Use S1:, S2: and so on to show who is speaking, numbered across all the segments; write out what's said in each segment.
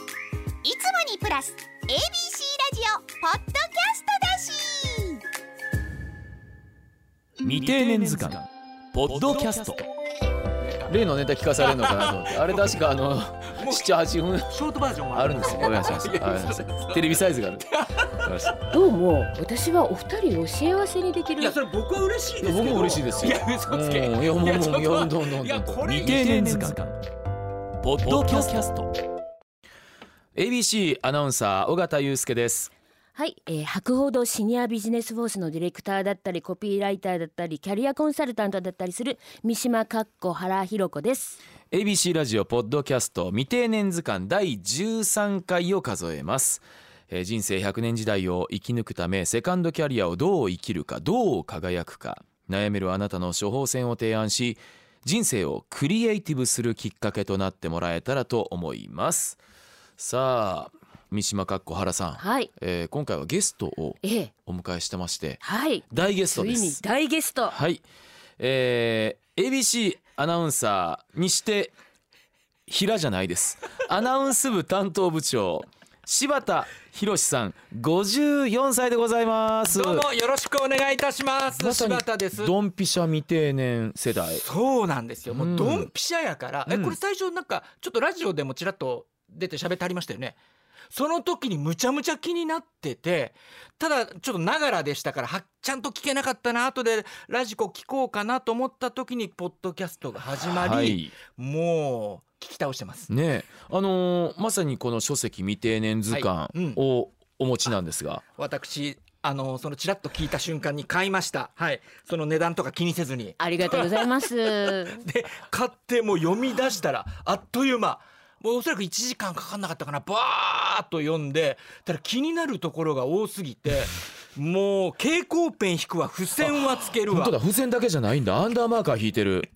S1: いつもにプラス ABC ラジオポッドキャストだし
S2: 未定年図鑑ポッドキャスト
S3: 例のネタ聞かされるのかなと思ってあれ確かあの
S4: もう
S3: 78分
S4: ショートバージョンも
S3: あるんですよお願いします
S4: いやいや
S3: はい
S4: そうそうそう
S3: テレビサイズがある
S5: どうも私はお二人を幸せにできる
S4: いやそれ僕は嬉しいですけど
S3: 僕も嬉しいですよ
S4: いや嘘つけ
S3: うんいやもう
S4: ちょっと
S3: いやどんどんどんどん
S4: いやこれ
S2: 未定年図鑑ポッドキャスト
S3: ABC アナウンサー尾形祐介です
S5: はい、えー、博報堂シニアビジネスフォースのディレクターだったりコピーライターだったりキャリアコンサルタントだったりする三島かっこ原ひろ子です
S3: ABC ラジオポッドキャスト未定年図鑑第13回を数えますえー人生100年時代を生き抜くためセカンドキャリアをどう生きるかどう輝くか悩めるあなたの処方箋を提案し人生をクリエイティブするきっかけとなってもらえたらと思いますさあ三島かっこ原さん、
S5: はい
S3: えー今回はゲストを
S5: ええ
S3: お迎えしてまして
S5: はい
S3: 大ゲスト
S5: つ
S3: で
S5: いに
S3: す
S5: 大ゲスト
S3: はい、えー、ABC アナウンサーにして平じゃないですアナウンス部担当部長柴田博さん54歳でございます
S4: どうもよろしくお願いいたします、
S3: まさに
S4: 柴田です
S3: ドンピシャ未定年世代
S4: そうなんですよも
S3: うん
S4: うドンピシャやから、
S3: うん
S4: えこれ最初なんかちょっとラジオでもちらっと出て喋ってありましたよねその時にむちゃむちゃ気になっててただちょっとながらでしたからはちゃんと聞けなかったな後でラジコ聞こうかなと思った時にポッドキャストが始まり、
S3: はい
S4: もう聞き倒してます
S3: ねえあのーまさにこの書籍未定年図鑑
S4: はいうん
S3: をお持ちなんですが、
S4: 私あのそのちらっと聞いた瞬間に買いましたはいその値段とか気にせずに
S5: ありがとうございます
S4: で買ってもう読み出したらあっという間もうおそらく1時間かかんなかったかなバーッと読んでただ気になるところが多すぎてもう蛍光ペン引くわ付箋はつける
S3: 本
S4: わ
S3: 当だ付箋だけじゃないんだアンダーマーカー引いてる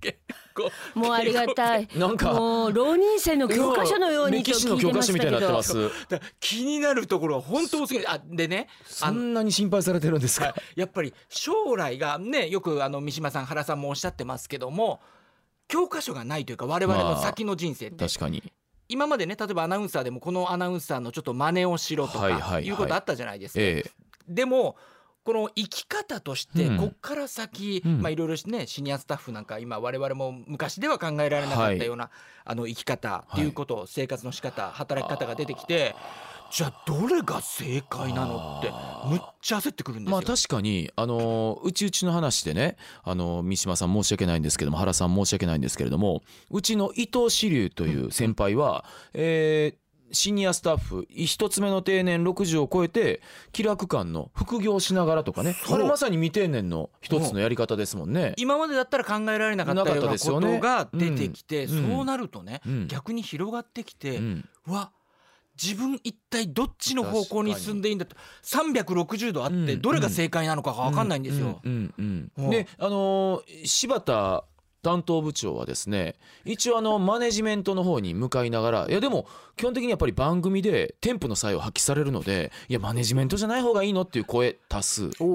S4: こ
S5: もうありがたい
S3: なんか
S5: もう浪人生の教科書のようにと
S3: 歴史の
S5: 聞い
S3: 教
S5: て
S3: 科
S5: ま
S3: 書
S5: し
S3: みた
S5: た
S3: いにな
S5: け
S3: って
S5: ど
S3: ます
S4: だから気になるところは本当多すぎるあでね
S3: そ
S4: あの
S3: んなに心配されてるんですか、
S4: はいやっぱり将来がねよくあの三島さん原さんもおっしゃってますけども教科書がないというか我々の先の人生って
S3: 確かに
S4: 今までね例えばアナウンサーでもこのアナウンサーのちょっと真似をしろと
S3: はいはいは
S4: か
S3: い
S4: いうことあったじゃないですか。
S3: ええ
S4: でもこの生き方として
S3: うん
S4: こっから先、
S3: うん
S4: まあいろいろねシニアスタッフなんか今我々も昔では考えられなかったような、あの生き方っていうこと、生活の仕方働き方が出てきてじゃあどれが正解なのって
S3: あー
S4: むっちゃ焦ってくるんですよ。
S3: まあ確かにあのうちうちの話でねあの三島さん申し訳ないんですけども原さん申し訳ないんですけれどもうちの伊藤志龍という先輩は、えーシニアスタッフ一つ目の定年60を超えて気楽館の副業しながらとかね
S4: そう
S3: これまさに未定年の一つのやり方ですもんね。
S4: 今までだったら考えられなかったようなことが出てきて、
S3: なかったですよねうんうん
S4: そうなるとね、
S3: うん
S4: 逆に広がってきて、
S3: うん
S4: うわ自分一体どっちの方向に進んでいいんだと360度あっ
S3: う
S4: て
S3: ん
S4: どれが正解なのかが分かんないんですよ。
S3: うんうんうん
S4: うん
S3: であのー柴田担当部長はですね一応あのマネジメントの方に向かいながらいやでも基本的にやっぱり番組でテンポの差異を発揮されるのでいやマネジメントじゃない方がいいのっていう声多数
S5: お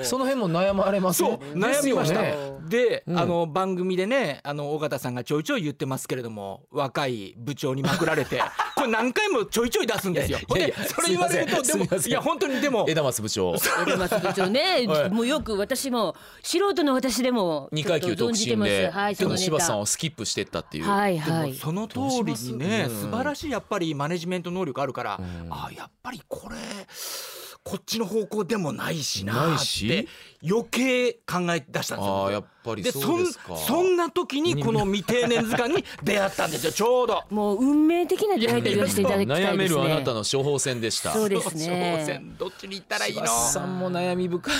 S5: お
S3: その辺も悩まれます
S4: そう悩みました、
S3: ですよね
S4: で、
S3: うん
S4: あの番組でねあの尾形さんがちょいちょい言ってますけれども若い部長にまくられ てこれ何回もちょいちょい出すんですよ。
S3: いやいや
S4: ほんでそれ言われると
S3: す
S4: でも
S3: いませんすいません
S4: いや本当にでも
S3: 枝松部長
S5: 出ます部長ね
S3: はい
S5: もうよく私も素人の私でも
S3: 二階級特進
S5: ちょっと存じて
S3: で
S5: ますはい
S3: そ
S5: そ
S3: の
S5: のネ
S3: 柴田さん
S5: タ
S3: をスキップしてったっていう、
S5: はい
S4: で
S5: は
S4: も
S5: い
S4: その通りにね
S3: どうします
S4: 素晴らしいやっぱりマネジメント能力あるから、
S3: うん
S4: あやっぱりこれこっちの方向でもないし
S3: な
S4: ないっ
S3: して
S4: 余計考え出したんですよ。
S3: ああやっぱり
S4: で
S3: そ
S4: そう
S3: で
S4: ん
S3: すか
S4: そんな時にこの未定年図鑑に出会ったんですよちょうど。
S5: もう運命的な出会いと言わせていただきたいですね。
S3: 悩めるあなたの処方箋でした
S5: そうですね
S4: 挑戦どっちに行ったらいいの
S3: 柴田さんも悩み 深い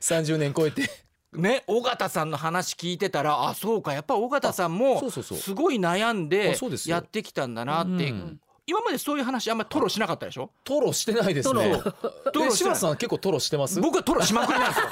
S3: 30年超えて
S4: ね尾形さんの話聞いてたらあそうかやっぱ尾形さんも
S3: そうそうそう
S4: すごい悩ん
S3: あ
S4: で
S3: そうですよ
S4: やってきたんだなって
S3: うん
S4: 今までそういう話あんまりトロしなかったでしょ
S3: トロしてないですね。
S4: トロ
S3: え柴田さん結構トロしてます？
S4: 僕はトロしまくりなんですよ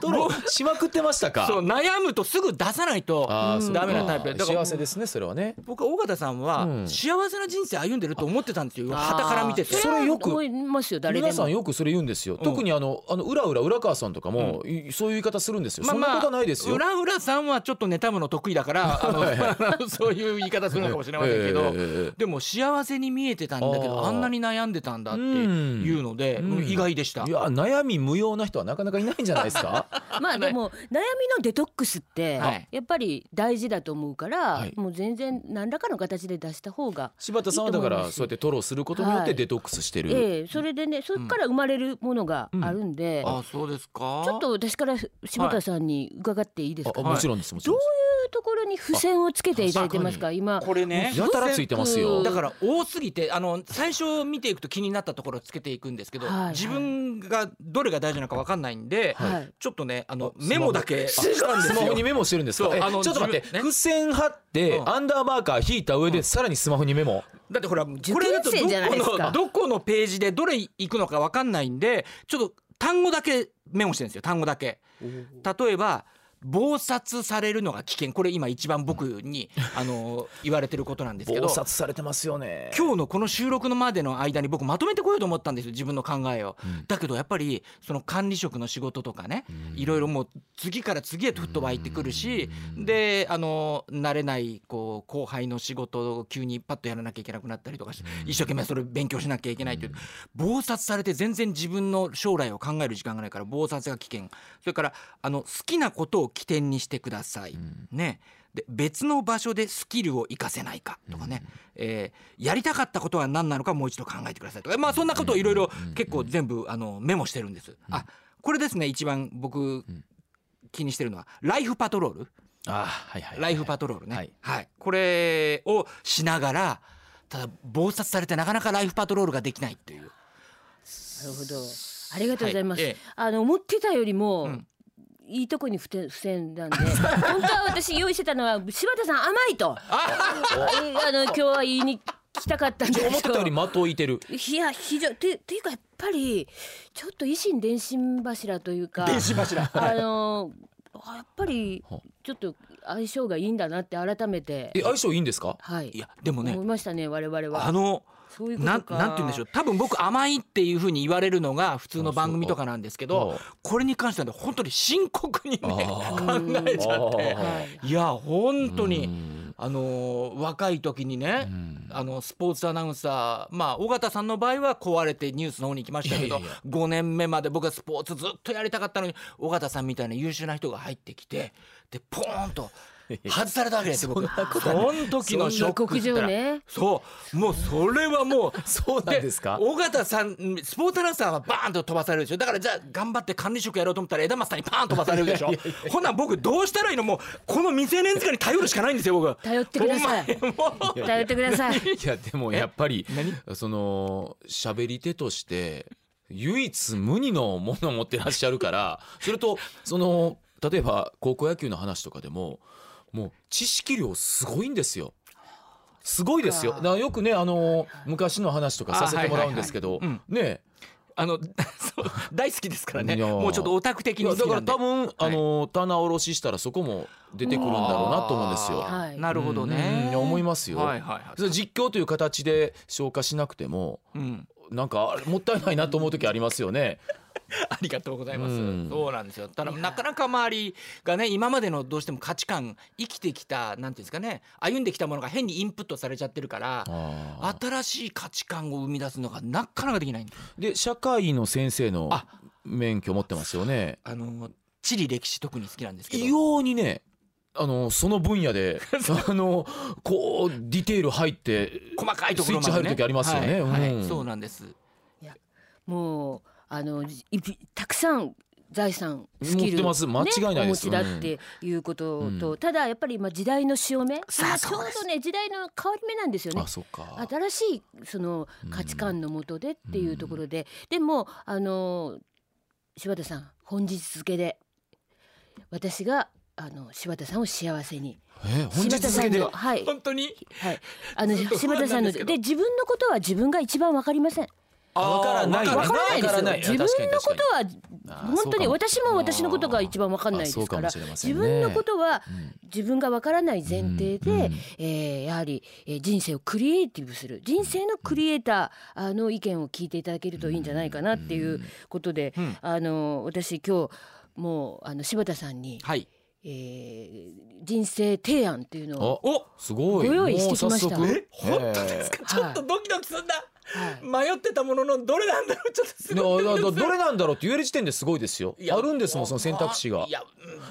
S3: トロしまくってましたか？
S4: そう悩むとすぐ出さないと
S3: あーそうか
S4: ダメなタイプでだから
S3: 幸せですねそれはね。
S4: 僕は尾形さんは
S3: うん
S4: 幸せな人生歩んでると思ってたんですよ傍から見てて
S5: あー
S3: それよく
S5: 思いますよ誰で
S3: 皆さ
S5: も
S3: ん。よくそれ言うんですよ。
S4: ん
S3: 特にあのあの裏裏裏川さんとかも、いそういう言い方するんですよ。そんなことはないですよ。
S4: 裏裏さんはちょっと 妬むの得意だからあのそういう言い方するのかもしれませんけど、
S3: ええええええ
S4: でも幸せにに見えてたんだけど
S3: あー
S4: あんなに悩んでたんだっていう
S3: い
S4: ので、
S3: うん
S4: うん意外でした
S3: や悩み無用な人はなかなかいないんじゃないですか
S5: まあでも悩みのデトックスって
S4: はい
S5: やっぱり大事だと思うから、
S3: はい
S5: もう全然何らかの形で出した方が、
S3: 柴田さんはだからそうやって吐露することによっ
S5: は
S3: て
S5: い
S3: デトックスしてる、
S5: ええそれでねそれから生まれるものがあるんで、
S4: あそうですか
S5: ちょっと私から柴田さんに伺っていいですか、
S3: あもちろんですもちろんです
S5: そういうところに付箋をつけていただいてますか今
S4: これね
S3: やたらついてますよ
S4: だから多すぎてあの最初見ていくと気になったところをつけていくんですけど、
S5: はいはい
S4: 自分がどれが大事なのかわかんないんで、
S5: はい、
S4: ちょっとねあの
S3: あ
S4: メモだけ
S3: ス
S4: し
S3: マホ
S4: たんです
S3: スマホ
S4: よ
S3: に。メモしてるんですか
S4: そう
S3: え
S4: あの
S3: ちょっと待っ
S4: 自
S3: て、
S4: 分ね
S3: 付箋貼って、
S4: うん
S3: アンダーバーカー引いた上で、さらにスマホにメモ
S4: だってほらこ
S5: 験
S4: れだとど
S5: 生じゃないです
S4: こ
S5: か
S4: のどこのページでどれ行くのかわかんないんでちょっと単語だけメモしてるんですよ単語だけ。例えば暴殺されるのが危険これ今一番僕にあの言われてることなんですけど
S3: 暴殺されてますよね
S4: 今日のこの収録のまでの間に僕まとめてこようと思ったんですよ自分の考えを、
S3: うん
S4: だけどやっぱりその管理職の仕事とかねいろいろもう次から次へとふっと湧いてくるしであの慣れないこう後輩の仕事を急にパッとやらなきゃいけなくなったりとかして一生懸命それ勉強しなきゃいけないという暴殺されて全然自分の将来を考える時間がないから暴殺が危険それからあの好きなことを起点にしてください、ねで別の場所でスキルを活かせないかとかね、えーやりたかったことは何なのかもう一度考えてくださいとか、まあ、そんなことをいろいろ結構全部あのメモしてるんです。あこれですね一番僕気にしてるのはライフパトロール
S3: あはいはいはい、
S4: ライフパトロールね、
S3: は
S4: はいいこれをしながらただ暴殺されてなかなかライフパトロールができないっていう。
S5: なるほどありがとうございます、
S4: はいええ
S5: あの思ってたよりも、
S4: うん
S5: いいとこに付箋付箋 なんで本当は私用意してたのは柴田さん甘いとえあの今日は言いに来たかったん
S3: ちょ
S5: ですけど
S3: 思ってたより的をいてる
S5: いや非常てていうかやっぱりちょっと維新伝心柱というか
S4: 電子柱
S5: あのあやっぱり
S3: は
S5: ちょっと相性がいいんだなって改めて
S3: え相性いいんですか
S5: はい
S4: いやでもね
S5: 思いましたね我々
S4: あ
S5: は
S4: の
S5: そういうこと
S4: な
S5: か
S4: んなんて言うんでしょう多分僕甘いっていうふうに言われるのが普通の番組とかなんですけど
S3: あ
S4: これに関してはね本当に深刻にね
S3: あ
S4: 考え ちゃっ
S3: あ
S4: て
S5: はい
S4: いや本当
S3: う
S4: に
S3: ん
S4: あのー若い時にね
S3: うん
S4: あのスポーツアナウンサーまあ尾形さんの場合は壊れてニュースの方に行きましたけ
S3: いや
S4: ど
S3: いやいや
S4: 5年目まで僕はスポーツずっとやりたかったのに尾形さんみたいな優秀な人が入ってきてでポーンと外されたわけですよ僕その時のショック
S5: 下
S4: っつった
S5: 克上
S4: ら
S5: ね
S4: そうもうそれはもう
S3: そうなんですか
S4: 尾形さんスポーツアナウンサーはバーンと飛ばされるでしょだからじゃあ頑張って管理職やろうと思ったら枝松さんにパーン飛ばされるでしょほんなん僕どうしたらいいのもうこの未成年塚に頼るしかないんですよ僕
S5: 頼ってください
S4: ほんまもう
S5: 頼ってください
S3: いやでもやっぱりその喋り手として唯一無二のものを持ってらっしゃるからそれとその例えば高校野球の話とかでももう知識量すごいんですよ。すごいですよ。だからよくねあの昔の話とかさせてもらうんですけど
S4: あはいはい
S3: ね
S4: は
S3: え
S4: あの そう大好きですからね
S3: いや
S4: もうちょっとオタク的
S3: い
S4: に
S3: や
S4: 好
S3: だ
S4: き
S3: か
S4: な
S3: ら
S4: んで
S3: 多分あの棚卸ししたらそこも出てくるんだろうなと思うんですよ。
S4: あー
S5: はい
S4: なるほど
S3: うんい
S4: ね
S3: や思いますよ
S4: はいはいはい
S3: それ実況という形で消化しなくても
S4: うん
S3: なんかあれもったいないなと思う時ありますよね。
S4: ありがとうございます。
S3: うん
S4: そうなんですよ。ただなかなか周りがね今までのどうしても価値観生きてきたなんていうんですかね歩んできたものが変にインプットされちゃってるから
S3: あ
S4: 新しい価値観を生み出すのがなかなかできないんです。
S3: で社会の先生の
S4: あ
S3: 免許持ってますよね。
S4: あの地理歴史特に好きなんですけ
S3: 異
S4: ど。
S3: 様にねあの その分野であのこうディテール入って
S4: 細かいところまで、ね、
S3: スイッチ入る時ありますよね
S4: はいはい
S3: うん
S4: そうなんです。
S5: もうあのいたくさん財産ス
S3: 持
S5: キル
S3: ってます間違いないです
S5: ね、お持ちだっていうことと、ただやっぱり今時代の潮目今ちょうどね時代の変わり目なんですよね
S3: あ。そっか。
S5: 新しいその価値観のもとでっていうところで、でもあの柴田さん本日付で私があの柴田さんを幸せに
S3: え本
S5: 柴
S3: 日
S5: 田
S3: 付
S5: さん
S3: で
S5: のはい
S4: 本当に。
S5: はいあの
S4: ずっと不安
S5: 柴田さん
S4: な
S5: の
S4: んですけ
S5: で
S4: ど
S5: 自分のことは自分が一番わかりません。
S3: わからない
S4: あー
S5: わからないですよ
S3: わからない
S5: 自分のこと
S3: 確か
S5: は
S3: に
S5: 本当
S3: あーそうか
S5: に
S3: も
S5: 私も私のことが一番わかんないですから
S3: あそうかもしれません
S5: 自
S3: ね
S5: 分のことは
S3: ん
S5: 自分がわからない前提で、
S3: うんうん
S5: えーやはり、えー人生をクリエイティブする人生のクリエイターあの意見を聞いていただけるといいんじゃないかなっていうことで、あの私今日もうあの柴田さんに
S4: はい。
S5: えー人生提案っていうのを、
S4: お
S3: すごい
S5: ご用意してきました
S3: もう早速
S4: え本当ですか、
S5: えー
S4: ちょっとドキドキすんだ
S5: はい
S4: 迷ってたもののどれなんだろうちょっとす
S3: いや
S4: ごい
S3: だだ
S4: ドキドキする
S3: どれなんだろうって言える時点ですごいですよ
S4: いや
S3: あるんですもんその選択肢が
S4: いや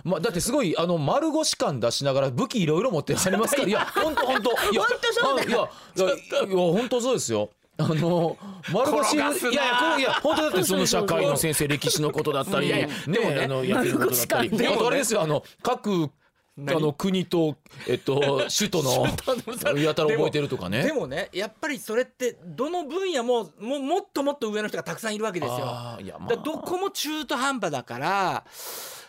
S4: うん
S3: まあだってすごいあの丸腰感出しながら武器いろいろ持ってあ りますからいや本当本当いや本当そうだいやいやいや本当そうですよあの丸腰
S4: 転
S3: いや
S4: がすない
S3: やこういや本当だってその社会の先生歴史のことだった り
S4: いやい
S3: ね
S4: やでもね
S3: あの野球のことだった
S4: 丸腰感
S3: り
S4: でもね
S3: あとあれですよあの各あ
S4: 何
S3: の国とえっ と首都のやたら覚えてるとかね
S4: でもねやっぱりそれってどの分野もももっともっと上の人がたくさんいるわけですよ。
S3: あーいやまあ
S4: だからどこも中途半端だから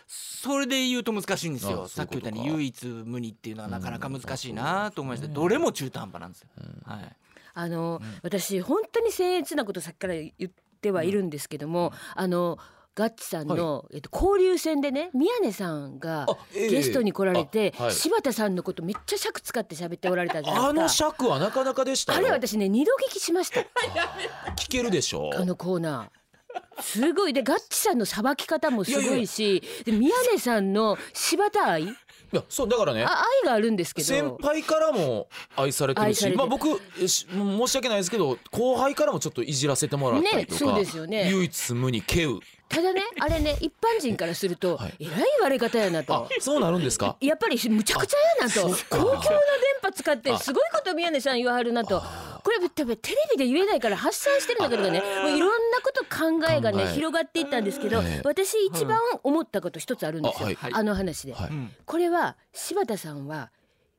S4: それで言うと難しいんですよ
S3: あそ
S4: さ
S3: うい
S4: っ
S3: う
S4: き
S3: こと
S4: 言
S3: か
S4: ったように唯一無二っていうのはなかなか難しいなと思いました、どれも中途半端なんですよ、はい、
S5: あの、私本当に僭越なことさっきから言ってはいるんですけども、あのガッチさんの、えっと、交流戦でね宮根さんが
S3: あええ
S5: ゲストに来られて、
S3: あはい
S5: 柴田さんのことめっちゃ尺使って喋っておられたじゃない
S3: あ
S5: で
S3: の
S5: すか。
S3: 尺はなかなかでした
S5: あ
S3: よ
S5: れ私ね二度聞きしま した
S3: 聞けるでしょ
S5: あのコーナー。すごいでガッチさんのさばき方もすごいしで宮根さんの柴田愛
S3: いやそうだからね
S5: あ愛があるんですけど
S3: 先輩からも愛されてるし
S5: 愛されてる
S3: まあ僕えし申し訳ないですけど後輩からもちょっといじらせてもらったりと
S5: ねそ
S3: か、
S5: うですよね
S3: 唯一無二ケウ
S5: ただねあれね一般人からすると、
S3: はい
S5: えらい言われ方やなと
S3: あ。そうなるんです か
S5: やっぱりむちゃくちゃやなと公共の電波使ってすごいこと宮根さん言わはるなとこれ多分テレビで言えないから発散してるんだけどねもういろんなこと考えが
S3: 考
S5: ね
S3: え
S5: 広がっていったんですけど
S3: ええ
S5: 私一番思ったこと一つあるんですよ
S3: あはい
S5: あの話で
S3: はい
S4: うん
S5: これは柴田さんは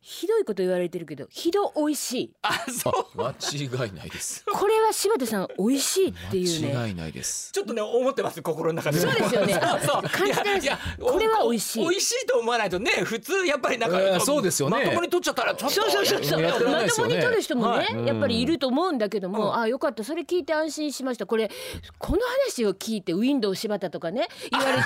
S5: ひどいこと言われてるけどひどおいしい
S4: あそう
S3: あ間違いないです
S5: これは柴田さんおいしいっていうね
S3: 間違いないです
S4: ちょっとね思ってます心の中で
S5: そうですよね
S4: そう
S5: 感じてないです
S4: いやいや
S5: これは美味しい
S4: お美味しいと思わないとね普通やっぱりなんか、
S3: えーそうですよ
S4: ま
S3: ね
S4: ともに取っちゃったらちょっと
S5: そうそうそうそう、
S3: やってらんない
S5: ま
S3: です
S5: と
S3: よ
S5: も
S3: ね
S5: に取る人もね、
S3: はい
S5: やっぱりいると思うんだけども、ああよかったそれ聞いて安心しましたこれこの話を聞いてウィンドウ柴田とかね言われて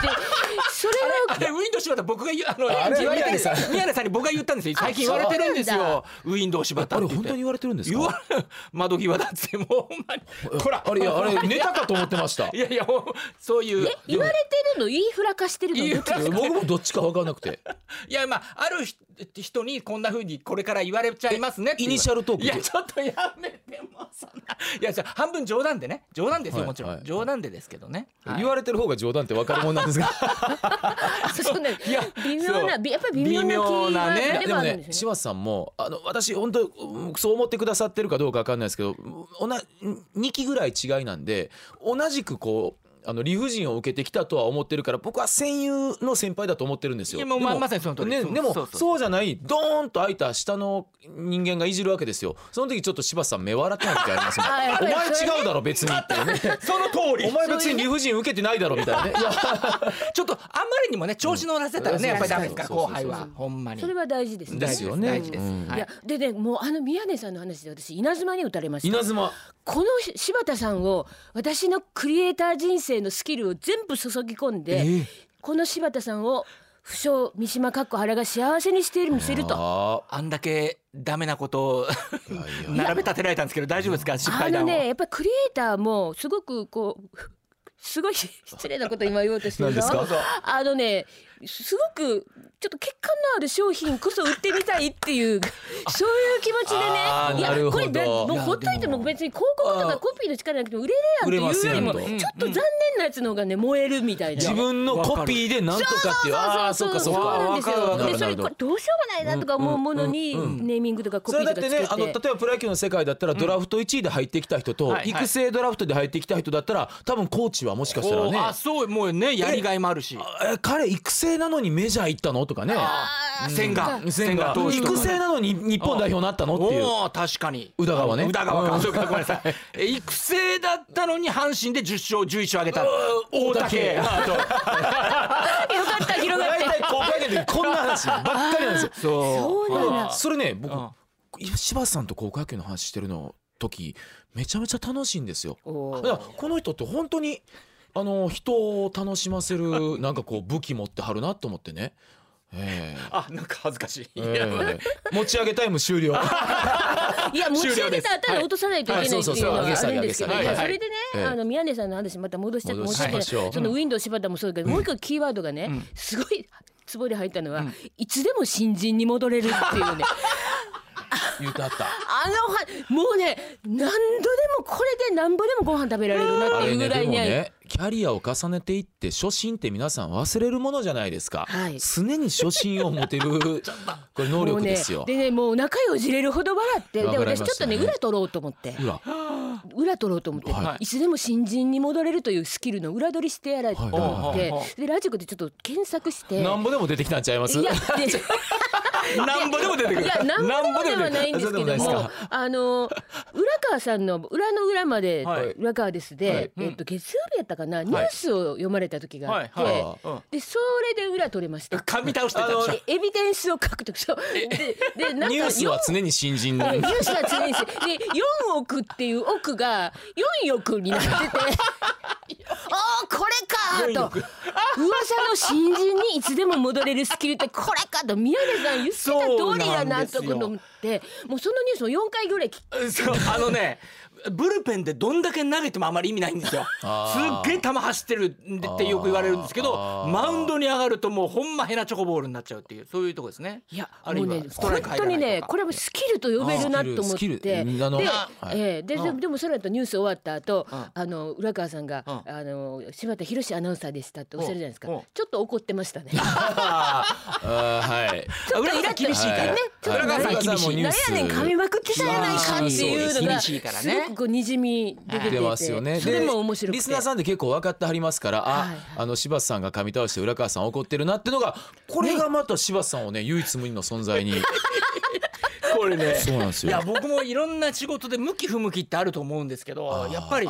S5: それ
S4: あれウィンドウ柴田僕が言うあの
S3: あれ
S4: 言われてる
S3: 宮根さん
S4: 宮根さんに僕が言ったんですよ最近言われてるんです
S5: あそうな
S4: よウィンドウ柴田
S3: あ
S4: っ
S3: れ
S4: て
S3: 本当に言われてるんです
S4: 言
S3: か
S4: われ窓際だってもうほんまにほら
S3: あれいやあれネタかと思ってました
S4: いやいやほんそういう
S5: え言われてるの言いふらかしてるの
S4: 言い
S5: ど
S4: ふ
S5: っち
S4: ら
S5: ですか
S3: 僕もどっちか分かんなくて
S4: いやまああるひ人にこんな風にこれから言われちゃいますねっていう
S3: えイニシャルトーク
S4: いやちょっとやめてもうそんないやじゃあ半分冗談でね冗談ですよ
S3: はい
S4: もちろん、
S3: はい
S4: 冗談でですけどね、はい
S3: 言われてる方が冗談って分かるもんなんですが
S5: あそうなんです
S4: いや
S5: 微妙な
S4: そう
S5: びやっぱり微妙なキ
S4: 微妙
S5: ー
S4: な
S5: ワ
S4: ね
S5: ード
S3: で
S5: でも
S3: も
S5: あるん
S3: ね
S5: ですよね
S3: 柴田さんもあの私本当うんそう思ってくださってるかどうか分かんないですけどおな2期ぐらい違いなんで同じくこうあの理不尽を受けてきたとは思ってるから僕は戦友の先輩だと思ってるんですよ。
S4: いやもう
S3: で
S4: ままさにその通り
S3: ね
S4: そう
S3: でも
S4: そ
S3: そうう
S4: そう
S3: じゃないドーンと開いた下の人間がいじるわけですよ。その時ちょっと柴田さん目笑ったのってあります もん
S5: あやっぱり
S3: お前
S5: それね
S3: 違うだろ別にってね
S4: その 通
S3: お前別に理不尽受けてないだろみたいなね。いや
S4: ちょっとあんまりにもね調子乗らせたらね、
S3: うん
S4: やっぱりダメですから
S3: そうそ
S4: 後
S3: うそう
S4: 輩
S3: そう
S4: はほんまに
S5: それは大事ですね
S3: ですよね
S4: 大事です、
S3: うん
S4: はい
S5: いやでねもうあの宮根さんの話で私稲妻に打たれました
S3: 稲妻
S5: この柴田さんを私のクリエイター人生のスキルを全部注ぎ込んで、この柴田さんを不詳三島かっこ原が幸せにしている見せるとあ
S3: あ
S4: あんだけダメなことを
S3: ーいやいや
S4: 並べ立てられたんですけど大丈夫ですか失敗
S5: の
S4: 談を、
S5: ねやっぱりクリエイターもすごくこうすごい 失礼なこと今言おうとしてるぞ
S3: 何です
S5: あのねすごくちょっと欠陥のある商品こそ売ってみたいっていうそういう気持ち
S3: あー
S5: でねい
S3: なる
S5: や
S3: ほ
S5: こ
S3: ど
S5: れだもう
S4: いや
S5: ほっといて
S4: で
S5: も
S4: も
S5: 別に広告と
S3: あー
S5: かコピーの力なくても売れ
S3: 売れ
S5: るやん
S3: ま
S5: ってい
S3: せ
S5: うより
S3: ん
S5: も
S3: と
S5: ちょ。っと残念なやつの方がね燃えるみたいな。
S3: 自分のコピーでなんとかっていうああーそ
S5: そうう
S3: か
S5: そ
S3: そうう
S4: う
S3: か
S5: なんです
S4: わかるわ
S5: よ
S4: かる
S5: でそれこれどうしようもないなとか思うものに
S3: うんうんうん
S5: ネーミングとかコ
S3: そ
S5: ピ
S3: れ
S5: ー
S3: だっ
S5: とか
S3: て
S5: 作
S3: ねあの
S5: っ
S3: 例え
S5: て
S3: ばプロ野球の世界だったらドラフト1位で入ってきた人と、
S4: はいはい
S3: 育成ドラフトで入ってきた人だったら多分コーチはもしかしたら
S4: お
S3: ね
S4: あそうもうねやりがいもあるし
S3: あえ彼育成なのにメジャー行ったのとかね
S5: あー
S4: 千賀
S3: 千賀
S4: 投手とか
S3: 育
S4: ね
S3: 成なのに日本代表になったのっていう
S4: おお確かに
S3: 宇田川ね
S4: 宇田川
S3: う
S4: か
S3: ん
S4: そうかごめんなさい え育成だったのに阪神で10勝11勝上げた
S3: 大竹
S4: あと
S5: よかった 広がっ
S3: 大
S5: て
S3: 体公開でこんな話ばっかりな んですよ。
S4: そう
S5: そうなんだ
S3: それね僕
S4: うん
S3: 柴田さんと高校野球の話してるの時めちゃめちゃ楽しいんですよ。だ
S5: おー
S3: からこの人って本当にあの人を楽しませ るなんかこう武器持ってはるなと思ってね。ええ
S4: あなんか恥ずかしいいや
S3: ええ持ち上げタイム終了。
S5: いや持ち上げた後で落とさないといけないっていうの
S3: は
S5: が
S3: いはい
S5: あるんですけど
S3: はい
S4: そうそうそう上げ下げ
S5: それで
S3: ええ
S5: ねあの宮根さんの話また戻しちゃって
S3: 戻し
S5: 戻しちゃっ
S3: ましょう
S5: てそのウィンドウ柴田もそうだけどもう一個キーワードがねすごい壺に入ったのは、
S3: うん
S5: いつでも新人に戻れるっ ていうね
S3: 言うてはった
S5: あのはもうね何度でもこれで何ぼでもご飯食べられるな
S3: あ
S5: ってい
S3: れ
S5: うぐ
S3: ね
S5: ら
S3: で
S5: い
S3: も
S5: ね
S3: ねキャリアを重ねていって初心って皆さん忘れるものじゃないですか、
S5: はい
S3: 常に初心を持て るこれ能力ですよ
S5: もう、ね、でねもう仲よじれるほど笑ってで
S3: わかりまし
S5: 私
S3: た
S5: ちょっとね
S3: ね
S5: 裏取ろうと思って
S3: ほら
S5: 裏取ろうと思って、、
S3: はい
S5: つでも新人に戻れるというスキルの裏取りしてやられて、
S3: はいはい
S4: はいはい
S5: でラジコでちょっと検索して。
S3: なんぼでも出てきたんちゃいます
S5: いやで
S4: なんぼでも出てくる
S5: いやなんぼでもではないんです
S3: なんぼ
S5: けど
S3: でもないです
S5: もあの浦川さんの「裏の裏まで
S4: はい
S5: 浦川です」
S3: は
S5: で
S3: い、
S5: えっと、月曜日やったかなニュースを読まれた時があって、
S4: はいはい
S3: あ
S4: うん
S5: でそれで裏取れました。
S4: 噛み倒してたでしょ
S5: でエビデンスを書くときそうででなんか
S3: ニュースは
S5: よん
S3: 常に新人
S5: ニュ
S3: の
S5: ースは常にしてで4億っていう億が4億になってておーこれかーと噂の新人にいつでも戻れるスキルってこれかと宮根さん言ってた通りだなと
S4: そうなんですよ
S5: 思ってもうそのニュースを4回ぐらい聞
S4: そうあのねブルペンでどんだけ投げてもあまり意味ないんですよす
S3: あー
S4: っげえ球走ってるんでってよく言われるんですけど
S3: あー
S4: マウンドに上がるともうほんまヘナチョコボールになっちゃうっていうそういうとこですね
S5: いや
S4: あるい
S5: もう
S4: は
S5: ね
S4: ストラ
S5: 本
S4: イク入
S5: 当
S4: らない
S5: に
S4: とか
S5: ねこれもスキルと呼べるなと思っ
S3: スキル
S5: て
S3: スキ
S5: で、
S3: ルあのはい
S5: ええで
S4: うん
S5: でもそれだとニュース終わった後
S4: うん
S5: あの浦川さんが
S4: うん
S5: あの柴田博アナウンサーでしたっておっしゃるじゃないですか
S4: うんうん
S5: ちょっと怒ってましたね
S3: あーはい
S4: あ裏側厳しいか
S3: はい
S4: ら
S5: ねちょっと
S4: 裏側
S5: なんか
S4: 厳しい
S5: なんやねん噛みまくってたやないかっていうの
S4: 厳
S5: が
S4: し
S5: す
S4: いからね
S5: ごくこうにじみ出て
S3: 出
S5: て
S3: ますよね。
S5: それ
S3: で
S5: も面白くて
S3: リスナーさんって結構分かってはりますから、あ、
S5: はいはい
S3: あの柴田さんが噛み倒して浦川さん怒ってるなってのが、これがまた柴田さんをね唯一無二の存在に。
S4: これね
S3: そうなんです
S4: いや
S3: よ。
S4: 僕もいろんな仕事で向き不向きってあると思うんですけどやっぱり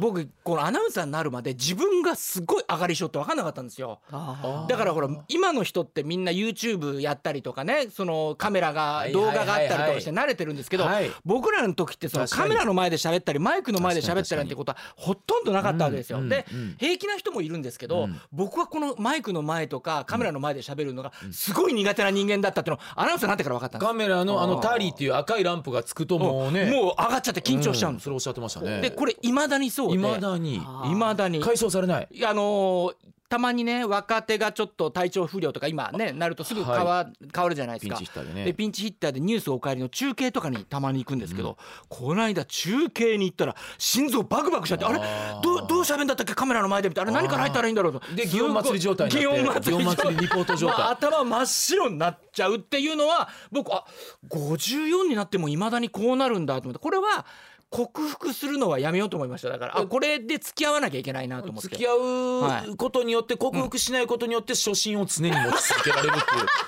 S4: 僕このアナウンサーになるまで自分がすごい上がり症って分かんなかったんですよ。
S5: あ
S4: だからほら今の人ってみんな YouTube やったりとかねそのカメラが動画があったりとかして慣れてるんですけど
S3: はい
S4: 僕らの時ってその
S3: 確かに
S4: カメラの前で喋ったりマイクの前で喋ったりなんてことはほとんどなかったわけです
S3: うん
S4: よ
S3: うん。
S4: で
S3: うん
S4: 平気な人もいるんですけど
S3: うん
S4: 僕はこのマイクの前とかカメラの前で喋るのがすごい苦手な人間だったっていうのをアナウンサーになってから分かったんです
S3: カメラのあのタリーっていう赤いランプがつくともうね、
S4: もう上がっちゃって緊張しちゃうん
S3: ん
S4: です
S3: それおっしゃってましたね。
S4: でこれいまだにそうでい
S3: 未だに
S4: まだに
S3: 解消されない。
S4: いやあのーたまにね若手がちょっと体調不良とか今ねなるとすぐ変わ,、変わるじゃないで
S3: ピ
S4: す
S3: ン
S4: か
S3: チヒッターで
S4: で
S3: ね。
S4: ピンチヒッターでニュースお帰りの中継とかにたまに行くんですけど、この間中継に行ったら心臓バクバクしちゃってあれ
S3: あー
S4: どうどう喋んだったっけカメラの前でみたいなあれ何から入ったらいいんだろうと
S3: です祇
S4: ごい
S3: 園祭り状態になって
S4: 祇園祭り状態
S3: 祇園祭りリポート状態
S4: まあ頭真っ白になっちゃうっていうのは僕あ54になってもいまだにこうなるんだと思ってこれは克服するのはやめようと思いましただからあこれで付き合わなきゃいけないなと思って
S3: 付き合うことによって克服しないことによって初心を常に持ち続けられるっていう。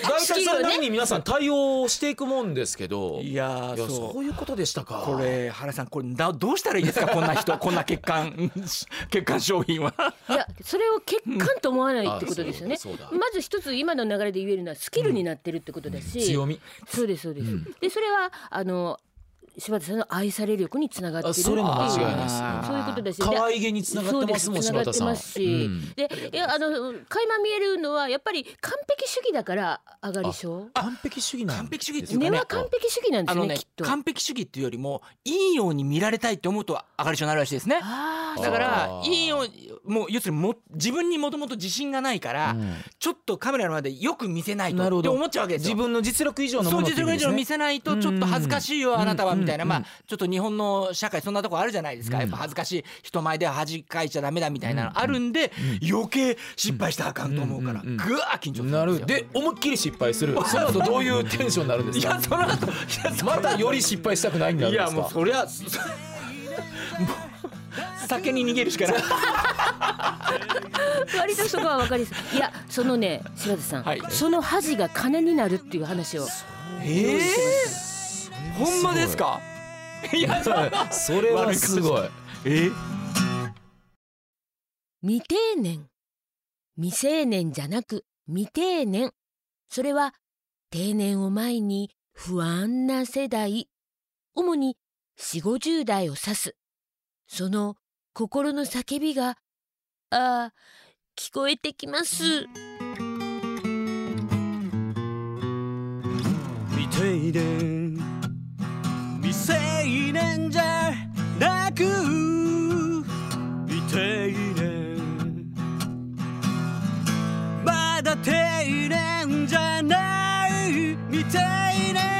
S3: 大体それなりに皆さん対応していくもんですけど。
S4: いやー
S3: いや
S4: そう
S3: そういうことでしたか。
S4: これ原さんこれなどうしたらいいですか こんな人こんな欠陥 欠陥商品は。
S5: いやそれを欠陥と思わないってことですよね
S3: あそうだそうだ
S5: まず一つ今の流れで言えるのはスキルになってるってことだし
S3: 強み。
S5: そうですそうです。でそれはあの柴田さんの愛され力につながってる
S3: あ
S5: っていう。
S3: それも間違いない です
S4: あー
S5: そういうことだし。
S3: 可
S5: い。
S3: 愛げにつながってますもん
S5: そう
S3: 柴
S5: で
S3: 田
S5: すつ
S3: さ
S5: なが
S3: ん。
S5: ってますし、
S3: うん
S5: でいやあの垣間見えるのはやっぱり完璧主義だから上がり症。
S3: 完璧主義なん
S4: 完璧主義っていうかね
S5: 根は完璧主義なんで
S4: あ
S5: す
S4: の
S5: ね
S4: ね
S5: きっと。
S4: 完璧主義っていうよりもいいように見られたいって思うと上がり症になるらしいですね。
S5: ああ
S4: だか
S3: あ
S4: ら
S3: ー
S4: いいようにもう要するにも自分にもともと自信がないから、
S3: うん
S4: ちょっとカメラの前でよく見せないと
S3: なるほ
S4: って
S3: ど
S4: 思っちゃうわけです
S3: 自
S4: よ。
S3: 分の実力以上の
S4: そ
S3: も
S4: う
S3: のって
S4: 実
S3: いう意
S4: 力以
S3: 味です
S4: 上
S3: ね
S4: 見せないとちょっと恥ずかしいよあなたはみたいな
S3: うんうん
S4: ま
S3: うん
S4: あちょっと日本の社会そんなとこあるじゃないですかやっぱ恥ずかしい人前で恥かいちゃダメだみたいなのあるんで余計失敗したらあかんと思うから
S3: うん
S4: ぐ
S3: うんうん
S4: わー緊張するんですよ
S3: なるで思いっきり失 敗する。その後どういうテンションになるんです
S4: い
S3: か
S4: や。その後いやその後
S3: またより失敗したくないんだ。
S4: いやもうそり ゃそもう酒に逃げるしかない
S5: 割とそこはわかります。いやそのね柴田さん、
S4: はい
S5: その恥が金になるっていう話を。
S4: ええほんまですかいやそ
S3: それはすごい。
S4: え
S5: 未定年未成年じゃなく未定年それは定年を前に不安な世代主に4 5 0代を指すその心の叫びがああ聞こえてきます
S6: 未定年未成年じゃなく未定年
S4: だ定年じゃないみたいね